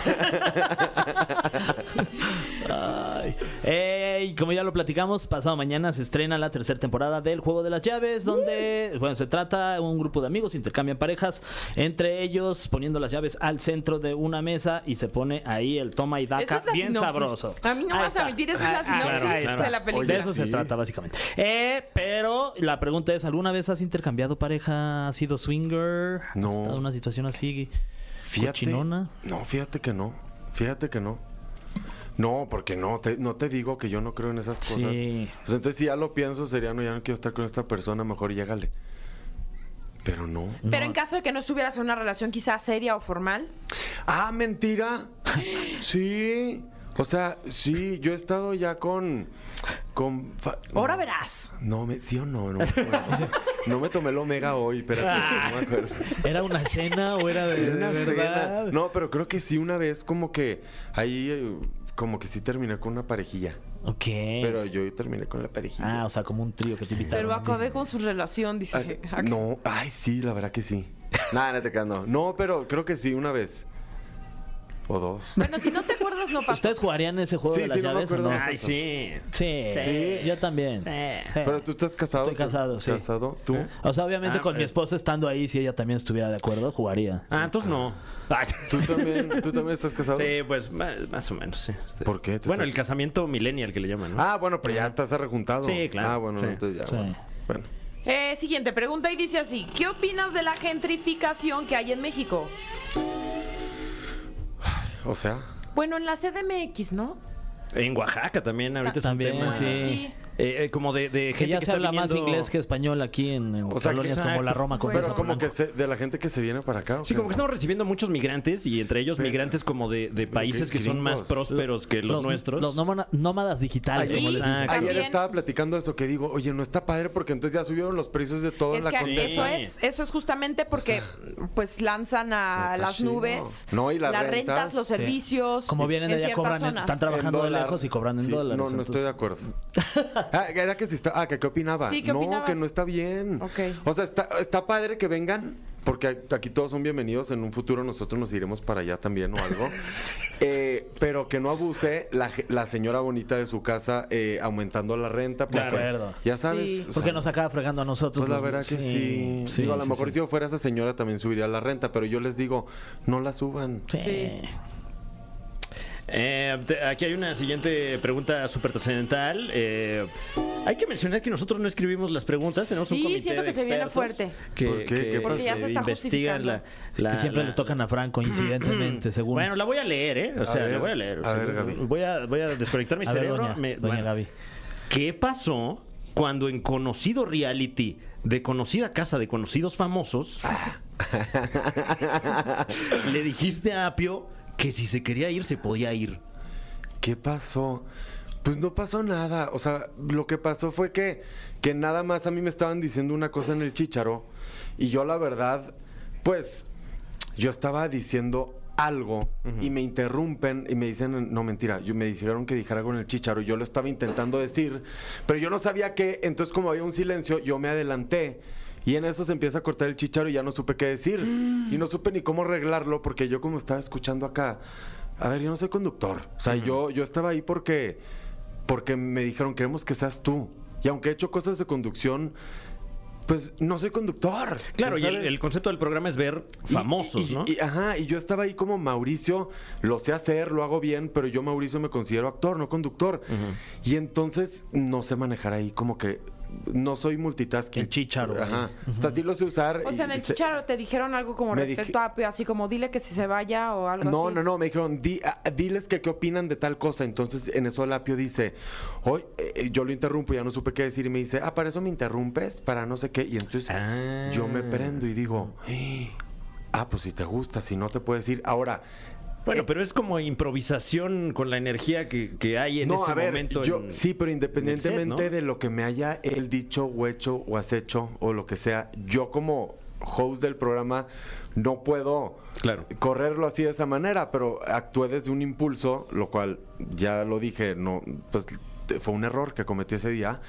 Ay. Eh, y como ya lo platicamos, pasado mañana se estrena la tercera temporada del Juego de las Llaves, donde, bueno, se trata un grupo de amigos, intercambian parejas, entre ellos poniendo las llaves al centro de una mesa y se pone ahí el toma y daca Eso es la bien sinopsis. sabroso. A mí no Ahí vas a está. mentir, esa es la Ah, sinopsis claro, ahí de está. la película. De eso se Sí. trata, básicamente. Eh, pero la pregunta es, ¿alguna vez has intercambiado pareja? ¿Has sido swinger? No. ¿Has estado en una situación así? Fíjate. Cochinona. No, fíjate que no. Fíjate que no. No, porque no te, no te digo que yo no creo en esas cosas. Sí. O sea, entonces si ya lo pienso, sería no, ya no quiero estar con esta persona, mejor llégale. Pero no. Pero en caso de que no estuvieras en una relación quizás seria o formal, Ah, mentira. Sí. O sea, sí, yo he estado ya con. con fa- ahora verás. No, me, sí o no, no. me acuerdo. No me tomé el omega hoy, espérate, no me acuerdo. ¿Era una cena o era de, Era una de verdad? cena. No, pero creo que sí, una vez como que ahí, eh, como que sí terminé con una parejilla. Ok. Pero yo terminé con la parejilla. Ah, o sea, como un trío que te invitaron. Pero acabé con su relación, dice. Ah, Ay, no, ay, sí, la verdad que sí. Nada, no te creas, no. No, pero creo que sí, una vez. O dos. Bueno, si no te acuerdas, Pues no pasó. ¿Ustedes jugarían ese juego Sí, de las sí, no me llaves o acuerdo. no? pues Eh. Ah, ¡Ay, sí! Sí, Sí. yo también. Sí. Sí. Pero tú estás casado. Estoy casado, sí. ¿Casado? ¿Tú? O sea, obviamente Ah, con mi eh. esposa estando ahí, si ella también estuviera de acuerdo, jugaría. Ah, entonces no. Ay. ¿Tú, también, ¿Tú también estás casado? Sí, pues más, más o menos, sí. Este- ¿Por qué? ¿Te Bueno, estás- el casamiento millennial que le llaman, ¿no? Ah, bueno, pero ya estás rejuntado. Sí, claro. Ah, bueno, Sí. entonces ya. Sí. Bueno. Bueno. Eh, siguiente pregunta y dice así: ¿Qué opinas de la gentrificación que hay en México? O sea, Bueno, en la CDMX, ¿no? En Oaxaca también, ahorita es un También, tema. sí. Sí. Eh, eh, como de, de gente Que ya que se está habla más viniendo- inglés que español aquí en, en O sea, que- colonias como la Roma con Bueno, pero peso como blanco. que se- de la gente que se viene para acá. ¿o Sí, qué? como que estamos recibiendo muchos migrantes y entre ellos Pero- migrantes como de, de países que son más gringos. prósperos que los, nuestros. Los nómana- nómadas digitales, Ayer- como les dicen. Exacto. Ayer También- estaba platicando eso que digo, oye, no está padre porque entonces ya subieron los precios de todo en Es la que condesa. eso es, eso es justamente porque pues lanzan no a está las chido. nubes, No, y las las rentas, rentas, los sí. servicios. Como vienen de en allá, ciertas cobran, en- zonas. están trabajando En de dólar. lejos y cobran en Sí, dólares. No, no estoy entonces- de acuerdo. Ah, era que sí está, ah, que qué opinaba. Sí, ¿qué no, opinabas? que no está bien. Ok. O sea, está, está padre que vengan, porque aquí todos son bienvenidos. En un futuro nosotros nos iremos para allá también o algo. Eh, pero que no abuse la, je- la señora bonita de su casa eh, aumentando la renta. Porque, De acuerdo. Ya sabes. Sí. o sea, Porque nos acaba fregando a nosotros. Pues la los- verdad que sí. sí, Digo, a lo sí, mejor sí. si yo fuera esa señora también subiría la renta, pero yo les digo, no la suban. Sí. Eh, te- aquí hay una siguiente pregunta súper trascendental. Eh, hay que mencionar que nosotros no escribimos las preguntas, tenemos un Sí, comité siento de que se viene expertos fuerte. Que, ¿Por qué? que- ¿Qué Porque ya que se está investigan la, la- que siempre la- le tocan a Franco, incidentemente, según. Bueno, la voy a leer, ¿eh? O sea, ver, la voy a leer. O a sea, ver, Gaby. voy, a, voy a desconectar mi a ver, cerebro. doña, me- doña bueno. Gaby. ¿Qué pasó cuando en conocido reality de conocida casa de conocidos famosos le dijiste a Apio que si se quería ir se podía ir? ¿Qué pasó? Pues no pasó nada. O sea, lo que pasó fue que, que nada más a mí me estaban diciendo una cosa en el chícharo. Y yo, la verdad, pues yo estaba diciendo algo y me interrumpen y me dicen, no mentira, yo me dijeron que dijera algo en el chícharo. Yo lo estaba intentando decir, pero yo no sabía qué. Entonces, como había un silencio, yo me adelanté. Y en eso se empieza a cortar el chícharo y ya no supe qué decir. Y no supe ni cómo arreglarlo porque yo como estaba escuchando acá, a ver, yo no soy conductor. O sea, yo, yo estaba ahí porque, porque me dijeron, queremos que seas tú. Y aunque he hecho cosas de conducción, pues no soy conductor. Claro, y el, ¿sabes? el concepto del programa es ver Y- famosos, y- y- ¿no? y- ajá, y yo estaba ahí como Mauricio, lo sé hacer, lo hago bien, pero yo Mauricio me considero actor, no conductor. Y entonces no sé manejar ahí como que no soy multitasking. El chícharo, Ajá. O sea, sí lo sé usar. O y- sea, en el y sé- chicharo te dijeron algo como Me respecto dije- a Apio, así como dile que si se vaya o algo No, así. no, no, me dijeron, "Di- ah, diles que qué opinan de tal cosa. Entonces, en eso Lapio dice, hoy eh, yo lo interrumpo, ya no supe qué decir, y me dice, ah, para eso me interrumpes, para no sé qué. Y entonces Ah. yo me prendo y digo, ah, pues si te gusta, si no te puedes ir. Ahora, eh, Bueno, pero es como improvisación con la energía que, que hay en ese momento. Yo, en- sí, pero en el set, independientemente ¿no? de lo que me haya él dicho o hecho o has hecho o lo que sea, yo como host del programa no puedo Claro. correrlo así de esa manera, pero actué desde un impulso, lo cual ya lo dije, no, pues te- fue un error que cometí ese día.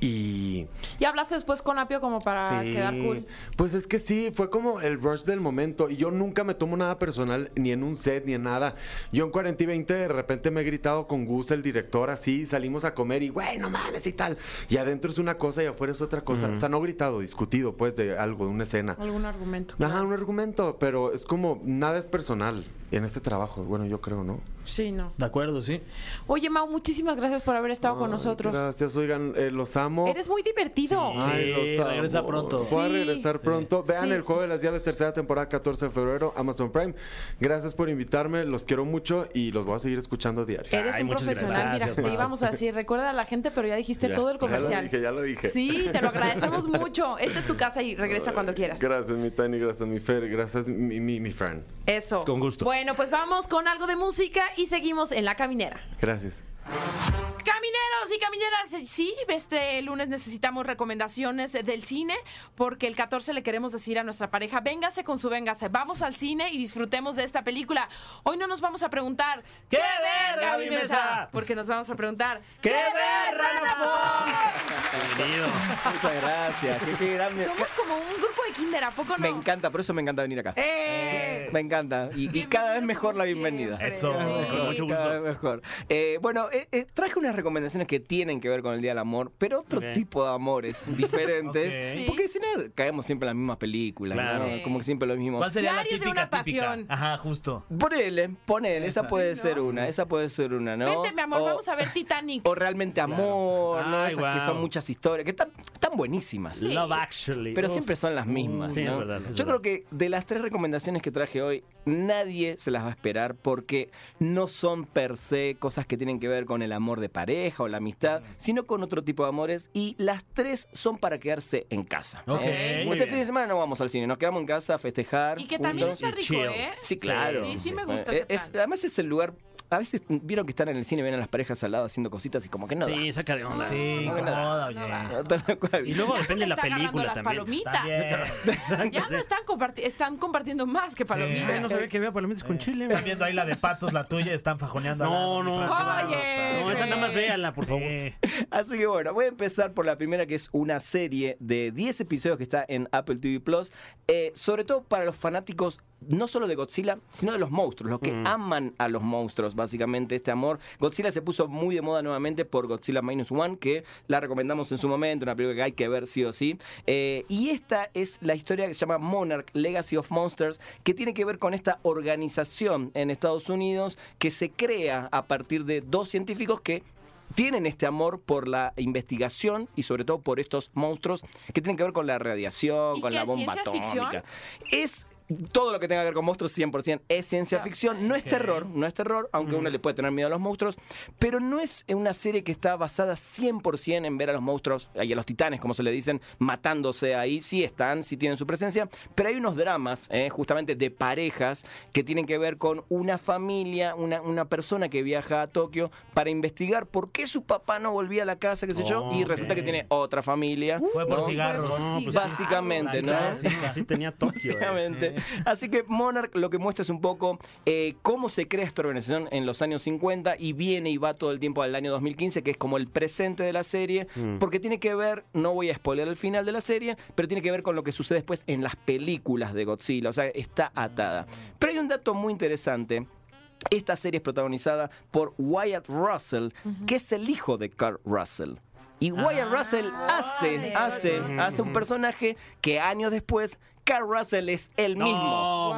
Y Y hablaste después con Apio como para Sí. quedar Ah, cool. Pues es que sí, fue como el rush del momento. Y yo nunca me tomo nada personal, ni en un set, ni en nada. Yo en 40 y 20 de repente me he gritado con Gus, el director, así, salimos a comer y, güey, no mames y tal. Y adentro es una cosa y afuera es otra cosa. O sea, no gritado, discutido, pues, de algo, de una escena. Algún argumento. Ajá, un argumento, pero es como nada es personal en este trabajo. Bueno, yo creo, ¿no? Sí, no. De acuerdo, sí. Oye, Mau, muchísimas gracias por haber estado con Ay, nosotros. Gracias, oigan, eh, los amo. Eres muy divertido. Sí. Sí, regresa pronto. Voy a Sí. regresar pronto. Vean Sí. el juego de las llaves, tercera temporada, 14 de febrero, Amazon Prime. Gracias por invitarme, los quiero mucho y los voy a seguir escuchando diario. Eres Ay, un muchas profesional. gracias. Mira, Gracias, te Mau. íbamos a decir, recuerda a la gente, pero ya dijiste Ya, todo el Ya comercial. lo dije, ya lo dije. Sí, te lo agradecemos mucho. Esta es tu casa y regresa cuando quieras. Gracias, mi Tani, gracias, mi Fer, gracias, mi, mi, mi Fran. Eso. Con gusto. Bueno, pues vamos con algo de música y seguimos en la caminera. Gracias. Camineros y camineras, sí, este lunes necesitamos recomendaciones del cine porque el 14 le queremos decir a nuestra pareja, véngase con su véngase, vamos al cine y disfrutemos de esta película. Hoy no nos vamos a preguntar, ¿Qué ver, Gaby Mesa? Porque nos vamos a preguntar, ¿Qué ver, Rana Ford? Bienvenido. Muchas gracias. Qué, qué grande. Somos como un grupo de kinder, ¿a poco no? Me encanta, por eso me encanta venir acá. ¡Eh! Me encanta. Y, y cada vez mejor la bienvenida. Eso, con mucho gusto. Cada vez mejor. Eh, bueno, eh, eh, traje unas recomendaciones que tienen que ver con el Día del Amor, pero otro Ok. tipo de amores diferentes. Sí. Porque si no, caemos siempre en las mismas películas, Claro. ¿no? Como que siempre lo mismo. ¿Cuál sería Diario la de típica una típica? pasión. Ajá, justo. Ponele, ponele, esa, Esa. puede Sí, ¿no? ser una, esa puede ser una, ¿no? Vente, mi amor, O- vamos a ver Titanic. O realmente amor, ¿no? Ay, Esas que guau. son muchas historias, que están, están buenísimas. Sí. Love Actually. Pero Uf. siempre son las mismas. Sí, es ¿no? verdad, es Yo verdad. creo que de las tres recomendaciones que traje hoy, nadie se las va a esperar porque no son per se cosas que tienen que ver con el amor de pareja o la amistad, sino con otro tipo de amores. Y las tres son para quedarse en casa. Ok, ¿eh? muy Este bien. fin de semana no vamos al cine, nos quedamos en casa a festejar. Y que también juntos. está rico, chill. ¿eh? Sí, claro. Sí, sí me gusta Eh, ese es- plan. además es el lugar. A veces vieron que están en el cine, ven a las parejas al lado haciendo cositas y como que no. Sí, saca de onda. Sí, No, no, incomoda, no, oye. no, da. Tal cual. Y luego Ya depende le la está agarrando película las también. palomitas. También. Ya no están, comparti- están compartiendo más que palomitas. Ay, no sabía que había palomitas con chile. Están viendo ahí la de patos, la tuya, están fajoneando. a la No, no. Doña qué Franco. bárbaro. Oye, No, esa nada más güey. véanla, por favor. Sí. Así que bueno, voy a empezar por la primera, que es una serie de 10 episodios que está en Apple TV Plus, eh, sobre todo para los fanáticos no solo de Godzilla, sino de los monstruos, los que aman a los monstruos. básicamente este amor. Godzilla se puso muy de moda nuevamente por Godzilla Minus One, que la recomendamos en su momento, una película que hay que ver sí o sí. Eh, y esta es la historia que se llama Monarch Legacy of Monsters, que tiene que ver con esta organización en Estados Unidos que se crea a partir de dos científicos que tienen este amor por la investigación y sobre todo por estos monstruos que tienen que ver con la radiación, ¿Y con qué la es bomba ciencia ficción? atómica. Es todo lo que tenga que ver con monstruos 100% es ciencia ficción, no es terror, no es terror, aunque Mm. uno le puede tener miedo a los monstruos, pero no es una serie que está basada 100% en ver a los monstruos y a los titanes, como se le dicen, matándose ahí, sí están, sí tienen su presencia, pero hay unos dramas eh, justamente de parejas que tienen que ver con una familia, una, una persona que viaja a Tokio para investigar por qué su papá no volvía a la casa, qué sé yo, y resulta que Ok. tiene otra familia. Fue por ¿no? cigarros. Fue por ¿no? Pues cigarros. sí. Ah, Básicamente, ¿no? Claro, sí, Así tenía Tokio. eh. Exactamente. Así que Monarch lo que muestra es un poco eh, cómo se crea esta organización en los años 50 y viene y va todo el tiempo al año 2015, que es como el presente de la serie, porque tiene que ver, no voy a spoiler el final de la serie, pero tiene que ver con lo que sucede después en las películas de Godzilla, o sea, está atada. Pero hay un dato muy interesante. Esta serie es protagonizada por Wyatt Russell, que es el hijo de Carl Russell. Y Wyatt Russell hace, de hace, hace un personaje que años después Carl Russell es el mismo. No,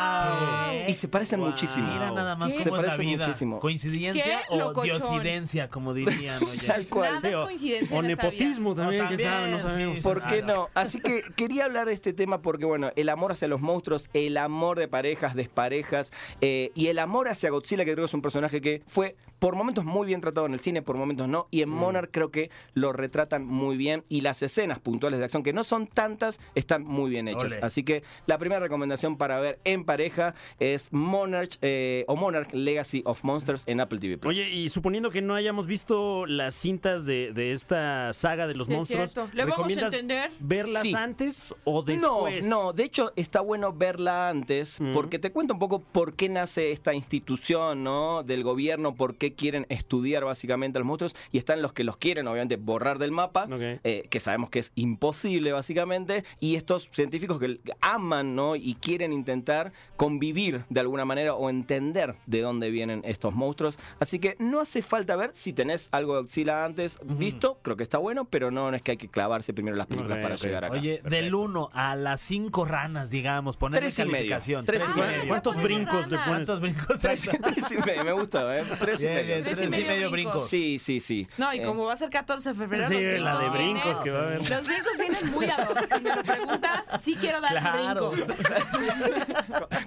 wow. Y se parecen Wow. muchísimo. Mira nada más ¿Qué? cómo Se es la parece vida. muchísimo. Coincidencia Qué o locochón. diosidencia, como dirían. oye. Tal cual. Nada es coincidencia. O en esta vida. nepotismo también, No, quién también, sabe, no sí, sabemos. sí, ¿Por sí. qué no? Así que quería hablar de este tema porque, bueno, el amor hacia los monstruos, el amor de parejas, desparejas eh, y el amor hacia Godzilla, que creo que es un personaje que fue por momentos muy bien tratado en el cine, por momentos no. Y Mm. en Monarch creo que lo retratan muy bien y las escenas puntuales de acción, que no son tantas, están muy bien hechas. Ole. Así que la primera recomendación para ver en pareja es Monarch eh, o Monarch Legacy of Monsters en Apple TV. Plus. Oye, y suponiendo que no hayamos visto las cintas de, de esta saga de los Sí, es monstruos, cierto. ¿Le vamos a ¿recomiendas entender? verlas Sí. antes o después? No, no, de hecho está bueno verla antes, Mm. porque te cuento un poco por qué nace esta institución, ¿no? Del gobierno, por qué quieren estudiar básicamente a los monstruos, y están los que los quieren, obviamente, borrar del mapa, Ok. eh, que sabemos que es imposible, básicamente, y estos científicos que aman, ¿no? Y quieren intentar convivir de alguna manera o entender de dónde vienen estos monstruos. Así que no hace falta ver si tenés algo de Godzilla antes visto, creo que está bueno, pero no, no es que hay que clavarse primero las películas Ok, para ok. llegar acá. Oye, del 1 a las 5 ranas, digamos, poner Tres y medio. calificación. Tres Tres y y Ah, medio. ya ¿Cuántos ponen brincos le ranas. pones? ¿Cuántos brincos? Tres, Exacto. tres y medio, me gusta, ¿eh? Tres y Bien, bien, medio. Tres y medio brincos. Sí, sí, sí. No, y Eh, como va a ser 14 de febrero, Sí, los brincos la de vienen- brincos que va a haber. Los brincos vienen muy a dos. Si me lo preguntas, sí quiero dar Claro. el brinco.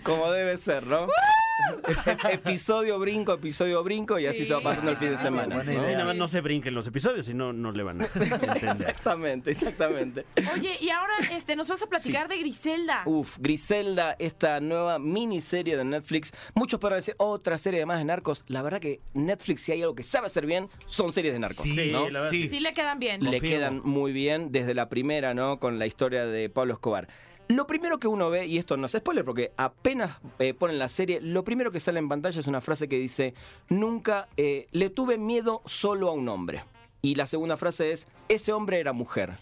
como debe ser, ¿no? E-, episodio brinco, episodio brinco y así Sí. se va pasando el fin de Sí, semana. sí, Sí, sí. ¿no? nada más no se brinquen los episodios, si no, no le van a entender. Exactamente, exactamente. Oye, y ahora este, nos vas a platicar de Griselda. Uf, Griselda, esta nueva miniserie de Netflix. Muchos podrán decir otra serie de más de narcos. La verdad que Netflix, si hay algo que sabe hacer bien, son series de narcos. Sí, ¿no? la verdad, Sí. Sí le quedan bien. le Confirmo. quedan muy bien desde la primera, ¿no? Con la historia de Pablo Escobar. Lo primero que uno ve, y esto no es spoiler porque apenas eh, ponen la serie, lo primero que sale en pantalla es una frase que dice, nunca eh, le tuve miedo solo a un hombre. Y la segunda frase es, ese hombre era mujer.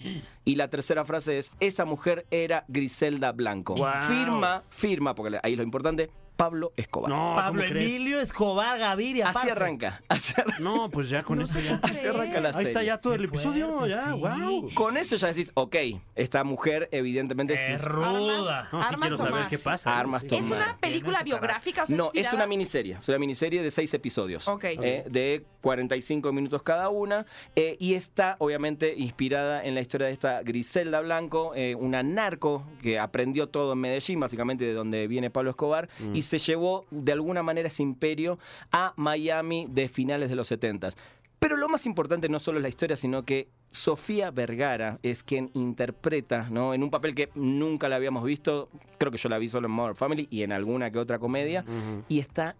Y la tercera frase es, esa mujer era Griselda Blanco. Guau. Firma, firma, porque ahí lo importante, Pablo Escobar. No, Pablo ¿cómo crees? Emilio Escobar Gaviria. así parce. arranca, así arranca, No, pues ya con esto ya. así arranca la Ahí serie. está ya todo el Qué episodio, fuerte, ya, sí. wow. Con eso ya decís, ok, esta mujer evidentemente sí Es ruda. No, sí Armas quiero saber Tomás. qué pasa. Armas Es Tomás. una Tiene película su biográfica, o sea, No, es inspirada- una miniserie. Es una miniserie de seis episodios. Ok. eh, de 45 minutos cada una. eh, y está, obviamente, inspirada en la historia de esta Griselda Blanco, eh, una narco que aprendió todo en Medellín, básicamente de donde viene Pablo Escobar, y se llevó de alguna manera ese imperio a Miami de finales de los 70. Pero lo más importante no solo es la historia, sino que Sofía Vergara es quien interpreta, ¿no? En un papel que nunca la habíamos visto, creo que yo la vi solo en Modern Family y en alguna que otra comedia, y está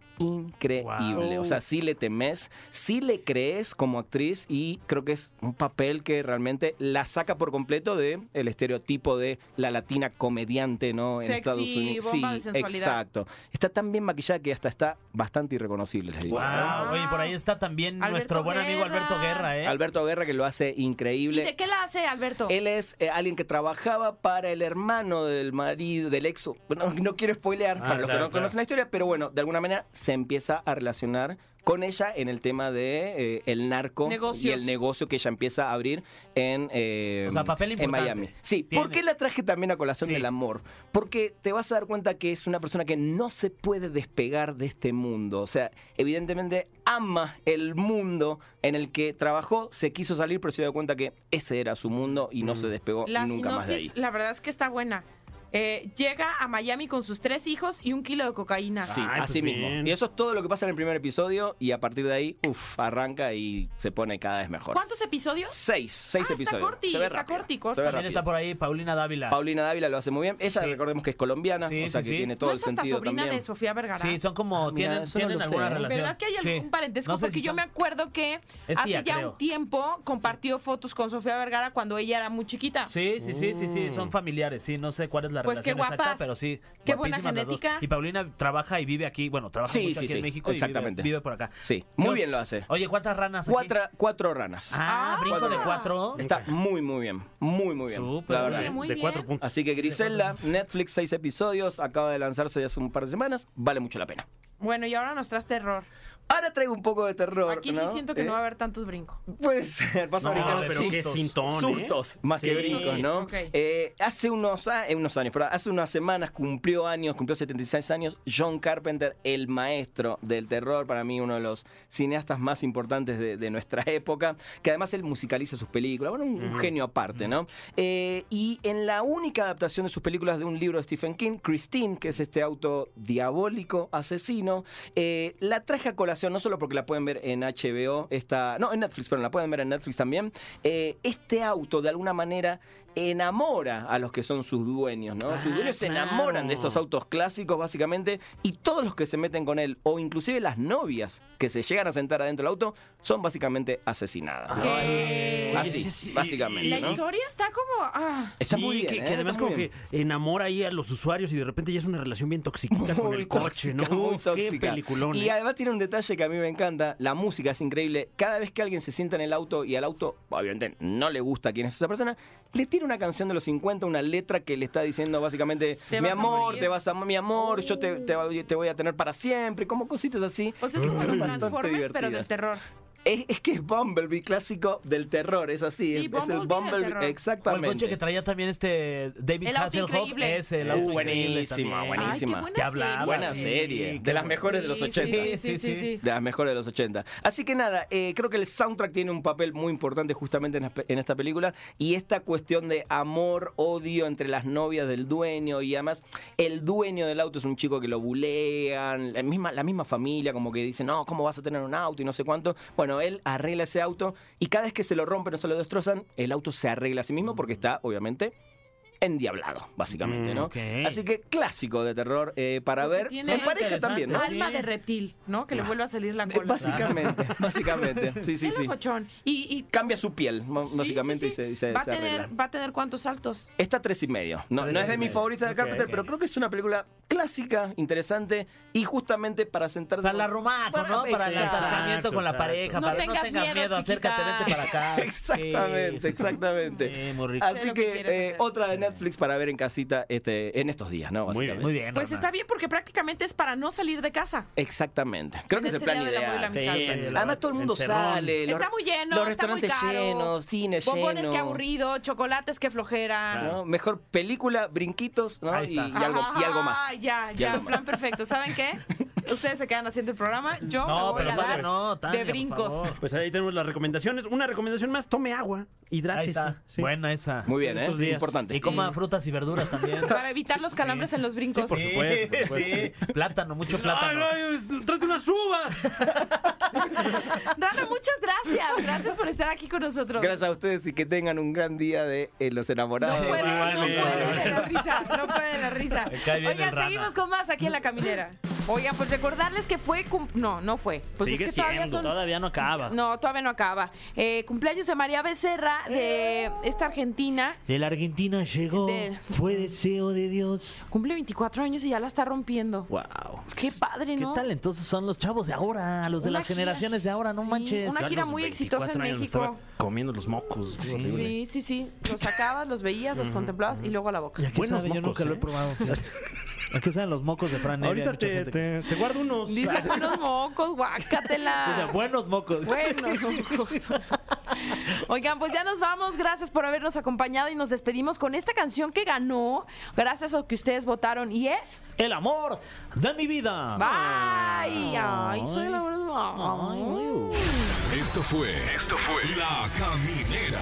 increíble. Wow. O sea, sí le temes, sí le crees como actriz y creo que es un papel que realmente la saca por completo de el estereotipo de la latina comediante, ¿no? en Sexy, Estados Unidos. bomba de sí, sensualidad. exacto. Está tan bien maquillada que hasta está bastante irreconocible. les digo. Ah. Wow. Oye, por ahí está también Alberto nuestro buen amigo Guerra. Alberto Guerra, ¿eh? Alberto Guerra que lo hace increíble. ¿Y de qué la hace Alberto? Él es eh, alguien que trabajaba para el hermano del marido, del ex. No, no quiero Ah, spoilear para los que claro, no claro. conocen la historia, pero bueno, de alguna manera se empieza a relacionar con ella en el tema de eh, el narco y Negocios. el negocio que ella empieza a abrir en, eh, O sea, papel en importante. Miami. Sí, Tiene. ¿por qué la traje también a colación Sí. del amor? Porque te vas a dar cuenta que es una persona que no se puede despegar de este mundo. O sea, evidentemente ama el mundo en el que trabajó, se quiso salir, pero se dio cuenta que ese era su mundo y Mm. no se despegó La nunca más de ahí. sinopsis, la verdad es que está buena. Eh, llega a Miami con sus tres hijos y un kilo de cocaína. Sí, Ay, así pues mismo. bien. Y eso es todo lo que pasa en el primer episodio y a partir de ahí, uff, arranca y se pone cada vez mejor. ¿Cuántos episodios? Seis, Ah, seis está episodios. corti, Se ve está rápido. corti, corti. Se ve También rápido. está por ahí Paulina Dávila. Paulina Dávila lo hace muy bien. Ella, Sí. recordemos que es colombiana, Sí, o sea sí, que sí. tiene todo ¿No el es hasta sentido sobrina también. de Sofía Vergara? Sí, son como, Ah, mira, tienen, eso no tienen lo alguna sé. relación. ¿Verdad que hay Sí. algún parentesco? No sé Porque si yo son- me acuerdo que Es hace tía, ya creo. un tiempo compartió fotos con Sofía Vergara cuando ella era muy chiquita. Sí, sí, sí, sí, sí, Mm. son familiares, sí, no sé cuál es la Pues qué relación exacta, guapas, pero sí. qué buena guapísimas las dos. genética. Y Paulina trabaja y vive aquí, bueno, trabaja Sí, mucho sí, aquí sí, en México exactamente. y vive- vive, por acá. Sí, ¿Qué muy ot- bien lo hace. Oye, ¿cuántas ranas aquí? Cuatro, cuatro ranas. Ah, brinco cuatro de ranas. cuatro. Está muy, muy bien. Muy, muy bien. Súper la bien. verdad. Muy de bien. cuatro puntos. Así que Griselda, Netflix, seis episodios, acaba de lanzarse ya hace un par de semanas, vale mucho la pena. Bueno, y ahora nos traes terror. Ahora traigo un poco de terror. Eh. Aquí sí siento que no va a haber tantos brincos. Puede ser, vas a No, brincar de pero qué sustos. sintón, ¿eh? Sustos, más Sí. que brincos, ¿no? Ok. Eh, hace unos, a- eh, unos años, perdón, hace unas semanas cumplió años, cumplió 76 años, John Carpenter, el maestro del terror, para mí uno de los cineastas más importantes de, de nuestra época, que además él musicaliza sus películas, bueno, un, un genio aparte, ¿no? Eh, y en la única adaptación de sus películas de un libro de Stephen King, Christine, que es este auto diabólico, asesino, eh, la traje a colación, no solo porque la pueden ver en HBO, esta, no, en Netflix, pero la pueden ver en Netflix también. Eh, este auto, de alguna manera, enamora a los que son sus dueños, ¿no? sus dueños se Ah, claro. enamoran de estos autos clásicos, básicamente, y todos los que se meten con él, o inclusive las novias que se llegan a sentar adentro del auto, son básicamente asesinadas. ¿no? Que- Ay, Así, sí, sí. básicamente, La ¿no? historia está como... Ah, Está Sí, muy bien, que, ¿eh? que además Está muy como bien. que enamora ahí a los usuarios y de repente ya es una relación bien toxiquita con el coche, tóxica, ¿no? muy Uf, qué tóxica. peliculón. Y ¿eh? además tiene un detalle que a mí me encanta. La música es increíble. Cada vez que alguien se sienta en el auto y al auto, obviamente, no le gusta quién es esa persona, le tiene una canción de los 50, una letra que le está diciendo básicamente, Te mi vas a amor, morir". Uh. te vas a mi amor, yo te, te va- te voy a tener para siempre, como cositas así. o sea, pues es como Están los bastante Transformers, pero del divertidas. terror. Es, es que es Bumblebee clásico del terror, es así. Sí, es- es, el Bumblebee del Bumblebee, terror. O el coche exactamente. que traía también este David El auto Hasselhoff increíble. es el Uh, auto increíble buenísima, también. Ay, qué Buenísima. buena Que hablaba, serie. Buena sí, serie, qué de las mejores de los Sí, 80. Sí, sí, sí, Sí, sí. De las mejores de los 80. Así que nada, eh, creo que el soundtrack tiene un papel muy importante justamente en, la pe- en esta película. Y esta cuestión de amor, odio entre las novias del dueño y además el dueño del auto es un chico que lo bulean, la misma, la misma familia como que dice, no, ¿cómo vas a tener un auto? Y no sé cuánto. Bueno, él arregla ese auto y cada vez que se lo rompen o se lo destrozan, el auto se arregla a sí mismo Mm. porque está, obviamente... Endiablado, básicamente, Mm, ¿no? ok. Así que clásico de terror eh, para Porque ver. tiene- en pareja también, ¿no? Alma Sí. de reptil, ¿no? Que le vuelve a salir la Eh, cola. Básicamente, básicamente. Sí, sí, Es sí. locochón. Y, y- Cambia su piel, mo- sí, básicamente, sí, sí. y se, y se- va, a se arregla. tener, va a tener cuántos saltos. Está tres y medio. No, Tres no y es de mis medio. favoritas de Ok, Carpenter, ok. pero creo que es una película clásica, interesante y justamente para sentarse. O sea, la con- romaco, ¿no? Para el Exacto, acercamiento con la exacto. pareja. No para tengas miedo, acércate, chiquita. vente para acá. Exactamente, Sí, sí, sí. Eh, exactamente. Sí, muy rico. Sé Así lo que que, quieres eh, hacer. otra de Netflix para ver en casita este, en estos días, ¿no? Muy bien. Básicamente. Muy bien. Pues Rana. está bien porque prácticamente es para no salir de casa. Exactamente. Creo En que es el este plan día del amor y la ideal. amistad. Sí, Además, la- Además, todo el mundo encerrón. sale. Eh, los- Está muy lleno, Los está muy restaurantes caro. llenos, cine lleno. Bombones, qué aburrido. Chocolates, qué flojera. ¿no? Mejor película, brinquitos, ¿no? Ahí está. Y, y algo, y algo más. Ah, Ya, Y ya, algo más. plan perfecto. ¿Saben qué? Ustedes se quedan haciendo el programa. Yo me No, voy pero a Tania, dar no, Tania, de por brincos. favor. Pues ahí tenemos las recomendaciones. Una recomendación más, tome agua, Ahí hidrátese. está. Sí. Buena esa. Muy bien, ¿eh? Estos días. Importante. Y coma frutas y verduras también. Para evitar los calambres en los brincos. por supuesto, por supuesto. Sí, plátano, mucho plátano. Ay, ay, trate unas uvas. Dana, muchas gracias. Gracias por estar aquí con nosotros. Gracias a ustedes y que tengan un gran día de eh, los No enamorados. puede, no Igualmente. puede la risa, no puede la risa. Me cae bien el Oigan, rana. seguimos con más aquí en La Caminera. Oigan, pues recordarles que fue. cum- No, no fue. Pues Sigue es que todavía siendo, son. Todavía no acaba. No, todavía no acaba. Eh, cumpleaños de María Becerra, de esta argentina. De la Argentina llegó, De- fue deseo de Dios. Cumple 24 años y ya la está rompiendo. Wow. Qué padre, ¿no? ¿Qué tal entonces son los chavos de ahora, los de Una las gira- generaciones de ahora? No sí, manches. Una Yo a gira los muy exitosa en 24 años me México. estaba comiendo los mocos. horrible. Sí, sí, sí. Los sacabas, los veías, los contemplabas y luego a la boca. ¿Y a qué Buenos sabe? Yo mocos, nunca lo ¿eh? he probado. fíjate. ¿A qué saben los mocos de Fran Evia? Hay Ahorita mucha te, gente que- te- te guardo unos. Dice buenos mocos, O sea, guácatela. buenos mocos. Buenos mocos. Oigan, pues ya nos vamos. Gracias por habernos acompañado y nos despedimos con esta canción que ganó, gracias a que ustedes votaron. Y es. El amor de mi vida. Ah. ¡Bye! ¡Ay, soy la Esto fue. Esto fue. La Caminera.